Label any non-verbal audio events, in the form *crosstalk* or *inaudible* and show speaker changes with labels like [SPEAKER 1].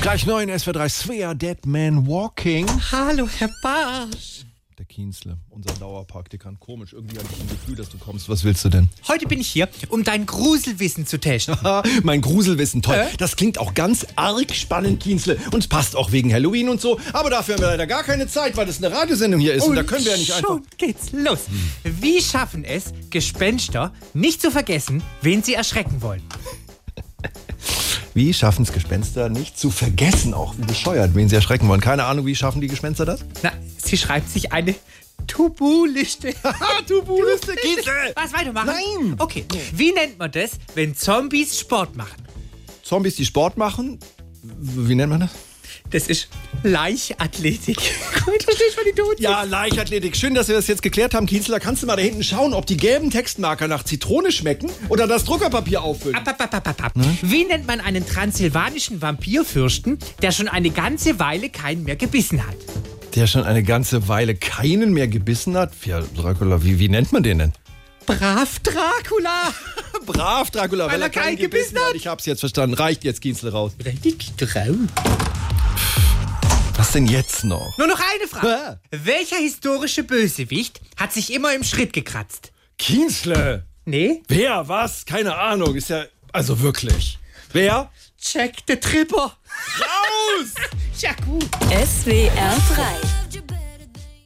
[SPEAKER 1] Gleich neun SW3 Svea Dead Man Walking.
[SPEAKER 2] Hallo, Herr Barsch.
[SPEAKER 1] Der Kienzle, unser Dauerpraktikant. Komisch, irgendwie hatte ich ein Gefühl, dass du kommst. Was willst du denn?
[SPEAKER 2] Heute bin ich hier, um dein Gruselwissen zu testen.
[SPEAKER 1] Ah, mein Gruselwissen, toll. Das klingt auch ganz arg spannend, Kienzle. Und es passt auch wegen Halloween und so. Aber dafür haben wir leider gar keine Zeit, weil das eine Radiosendung hier ist. Und, da können wir ja nicht einfach.
[SPEAKER 2] Schon geht's los. Wie schaffen es Gespenster, nicht zu vergessen, wen sie erschrecken wollen?
[SPEAKER 1] Wie schaffen es Gespenster nicht zu vergessen, auch wie bescheuert, wen sie erschrecken wollen? Keine Ahnung, wie schaffen die Gespenster das?
[SPEAKER 2] Na, sie schreibt sich eine
[SPEAKER 1] *laughs*
[SPEAKER 2] To-Bu-Liste.
[SPEAKER 1] Ah, du Buliste,
[SPEAKER 2] Was weitermachen?
[SPEAKER 1] Nein.
[SPEAKER 2] Okay. Wie nennt man das, wenn Zombies Sport machen?
[SPEAKER 1] Zombies, die Sport machen. Wie nennt man das?
[SPEAKER 2] Das ist Leichathletik. Gut, verstehst du, die Toten?
[SPEAKER 1] Ja, Leichtathletik. Schön, dass wir das jetzt geklärt haben, Kienzler. Kannst du mal da hinten schauen, ob die gelben Textmarker nach Zitrone schmecken oder das Druckerpapier auffüllen?
[SPEAKER 2] Ab, ab, ab, ab, ab, ab. Wie nennt man einen transsilvanischen Vampirfürsten, der schon eine ganze Weile keinen mehr gebissen hat?
[SPEAKER 1] Der schon eine ganze Weile keinen mehr gebissen hat. Ja, Dracula, wie, wie nennt man den denn?
[SPEAKER 2] Brav Dracula!
[SPEAKER 1] Brav, Dracula, weil, er keinen gebissen hat. Ich hab's jetzt verstanden. Reicht jetzt, Kienzle, raus.
[SPEAKER 2] Richtig drauf.
[SPEAKER 1] Was denn jetzt noch?
[SPEAKER 2] Nur noch eine Frage.
[SPEAKER 1] Ah.
[SPEAKER 2] Welcher historische Bösewicht hat sich immer im Schritt gekratzt?
[SPEAKER 1] Kienzle!
[SPEAKER 2] Nee?
[SPEAKER 1] Wer, was? Keine Ahnung. Ist ja. Also wirklich. Wer?
[SPEAKER 2] Jack the Tripper.
[SPEAKER 1] Raus!
[SPEAKER 2] Ja, gut.
[SPEAKER 3] SWR 3